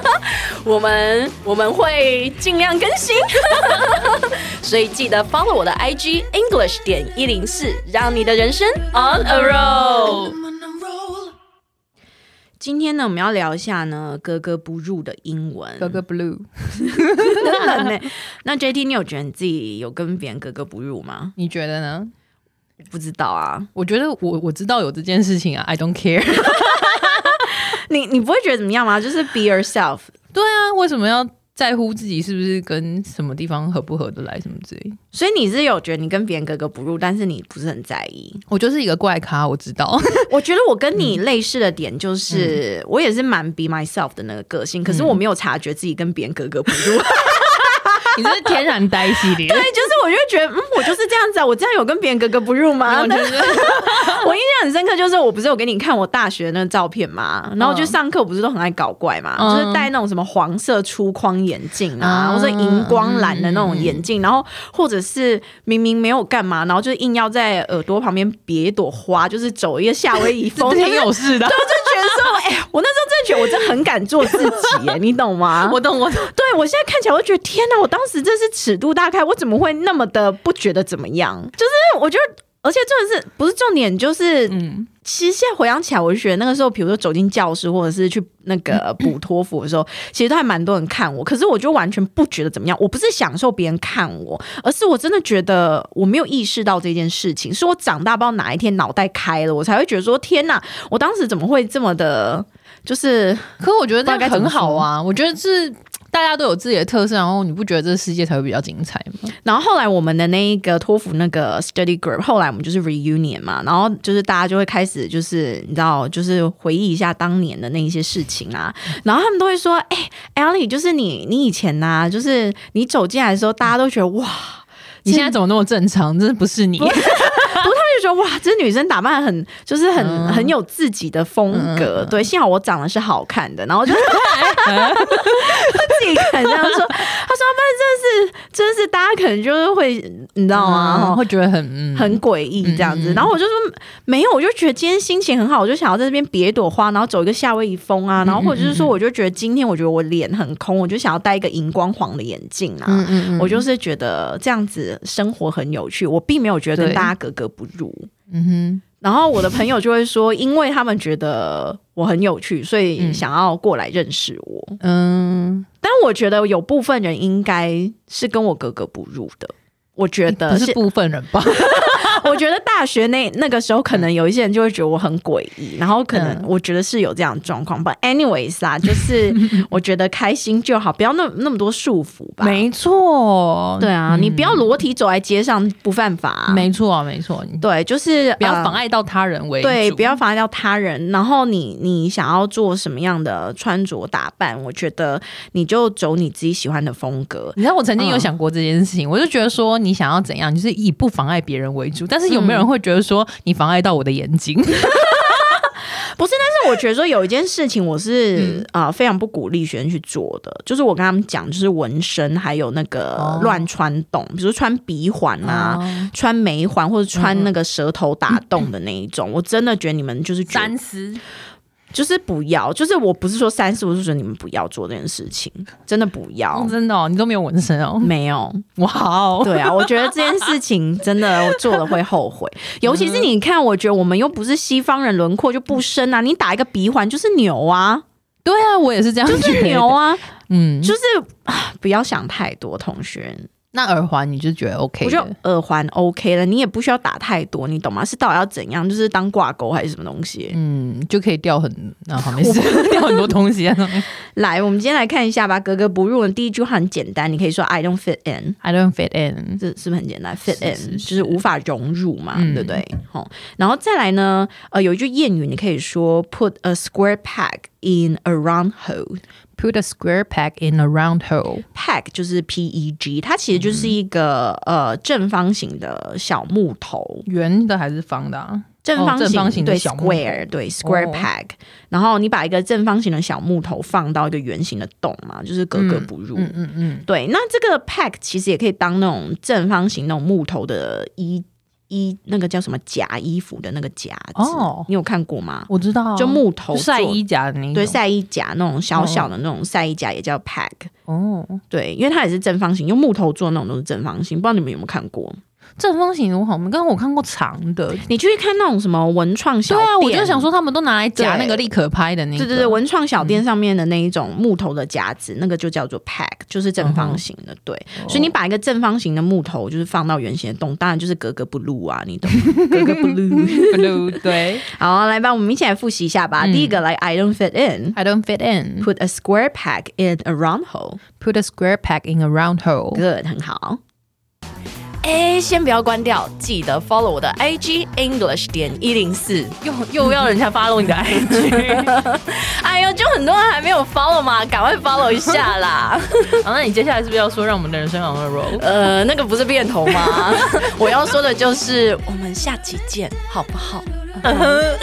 我们我们会尽量更新， 所以记得 follow 我的 IG English 点一零四，让你的人生 on a roll。 I'm on a roll. 今天呢，我们要聊一下呢格格不入的英文。哥哥 blue，真的呢？ 那 JT，你有觉得你自己有跟别人格格不入吗？你觉得呢？不知道啊，我觉得我我知道有这件事情啊，I don't care。 你你不会觉得怎么样吗？就是 be yourself。对啊，为什么要在乎自己是不是跟什么地方合不合得来什么之类的？所以你是有觉得你跟别人格格不入，但是你不是很在意。我就是一个怪咖，我知道。我觉得我跟你类似的点就是，我也是蛮 be myself 的那个个性，可是我没有察觉自己跟别人格格不入。 你是天然呆系 列，对，就是我就会觉得，嗯，我就是这样子啊，我这样有跟别人格格不入吗？完但全是是 我印象很深刻，就是我不是有给你看我大学那个照片嘛，然后我去上课，我不是都很爱搞怪嘛，嗯就是戴那种什么黄色粗框眼镜啊，啊或者荧光蓝的那种眼镜，然后或者是明明没有干嘛，然后就硬要在耳朵旁边别一朵花，就是走一个夏威夷 风，挺有事的。我就觉得说，哎、我那时候真的觉得我真的很敢做自己、哎，你懂吗？ 我懂，我懂。对我现在看起来，我就觉得天哪！我当时真是尺度大开，我怎么会那么的不觉得怎么样？就是我觉得，而且重点是不是重点？就是嗯，其实现在回想起来，我就觉得那个时候，比如说走进教室，或者是去那个补托福的时候，其实都还蛮多人看我，可是我就完全不觉得怎么样。我不是享受别人看我，而是我真的觉得我没有意识到这件事情，是我长大不知道哪一天脑袋开了，我才会觉得说天哪，我当时怎么会这么的，就是可我觉得这不知道该样怎么很好啊。我觉得是大家都有自己的特色，然后你不觉得这世界才会比较精彩吗？然后后来我们的那一个托福那个 study group，后来我们就是 reunion 嘛，然后就是大家就会开始就是你知道，就是回忆一下当年的那一些事情啊，然后他们都会说，哎、a l i 就是你你以前呐、就是你走进来的时候，大家都觉得哇，你现在怎么那么正常？真的不是你。就觉得哇，这女生打扮很就是很、嗯很有自己的风格，对，幸好我长得是好看的，然 后就 自己敢这样说，他说他们真的是真的是大家可能就是会你知道吗？哦嗯 会觉得很嗯很诡异这样子。嗯嗯然后我就说没有，我就觉得今天心情很好，我就想要在这边别一朵花，然后走一个夏威夷风嗯啊，然后或者是说，我就觉得今天我觉得我脸很空，我就想要戴一个荧光黄的眼镜啊。嗯嗯嗯，我就是觉得这样子生活很有趣，我并没有觉得跟对大家格格不入。嗯哼，然后我的朋友就会说，因为他们觉得我很有趣，所以嗯想要过来认识我。嗯，但我觉得有部分人应该是跟我格格不入的。我觉得不是部分人吧？ 我觉得大学那那个时候，可能有一些人就会觉得我很诡异，然后可能嗯我觉得是有这样的状况。But anyways 啦，就是我觉得开心就好，不要那那么多束缚吧。 没错，对啊，你不要裸体走在街上不犯法、没错啊，没错，你对，就是不要妨碍。碍到他人为主对，不要妨碍到他人。然后你你想要做什么样的穿着打扮，我觉得你就走你自己喜欢的风格。你知道我曾经有嗯想过这件事情，我就觉得说你想要怎样，你就是以不妨碍别人为主。但是有没有人会觉得说你妨碍到我的眼睛？ 但是我觉得说有一件事情，我嗯是啊、呃非常不鼓励学生去做的，就是我跟他们讲，就是纹身还有那个哦乱穿洞，比如穿鼻环啊。啊，穿眉环或者穿那个舌头打洞的那一种， 我真的觉得你们就是觉三思。就是不要，就是我不是说三四，我是说你们不要做这件事情，真的不要哦，，真的哦，你都没有纹身哦，没有，哇哦，对啊，我觉得这件事情真的我做了会后悔，嗯尤其是你看，我觉得我们又不是西方人，轮廓就不深啊。你打一个鼻环就是牛啊，对啊，我也是这 样，就是牛， 啊，嗯，就是啊不要想太多，同学。那耳环你就觉得 OK，我觉的得耳环 OK 了，你也不需要打太多，你懂吗？是到底要怎样？就是当挂钩还是什么东西？嗯，就可以掉很啊，好没事， 掉很多东西在啊上面。来，我们今天来看一下吧。格格不入的第一句话很简单，你可以说 I don't fit in。 I don't fit in，这是不是很简单？fit 是 in 是就是无法融入嘛，嗯对不对？好，然后再来呢，呃，有一句谚语，你可以说 put a square peg in a round hole。 put a square peg in a round hole。 peg 就是 P E G，它其实嗯就是一个、呃正方形的小木头，圆的还是方的、啊？正哦方形、正方形的对小木头 square 对 square 哦 peg，、然后你把一个正方形的小木头放到一个圆形的洞嘛，就是格格不入。嗯嗯嗯，对，那这个 peg 其实也可以当那种正方形那种木头的衣衣，那个叫什么夹衣服的那个夹子，哦你有看过吗？我知道，就木头晒做衣夹的那一种对，晒衣夹那种小小的那种晒衣夹也叫 peg，、哦，对，因为它也是正方形，用木头做那种都是正方形，不知道你们有没有看过？正方形我好像刚刚我看过长的。你去看那种什么文创小对啊啊，我店就想。说他们都拿来夹对那个立可拍的那个。对对对，文创小店上面的那一种木头的夹嗯子，那个就叫做 pack，就是正方形的。对，所以你把一个正方形的木头就是放到圆形的洞，当然就是格格不入啊，你懂 吗？格格不入。 blue 对好，来吧，我们一起来复习一下吧。嗯第一个来，I don't fit in。 ，I don't fit in. Put a square peg in a round hole. Put a square peg in a round hole. Good，很好。哎，哦先不要关掉，记得 follow 我的 IG English 点一零四。又又要人家发动你的 IG，哎呦，就很多人还没有 follow 嘛，赶快 follow 一下啦。好，那你接下来是不是要说让我们的人生 on a roll？呃，那个不是变头吗？ 我要说的就是，我们下期见，好不好？ I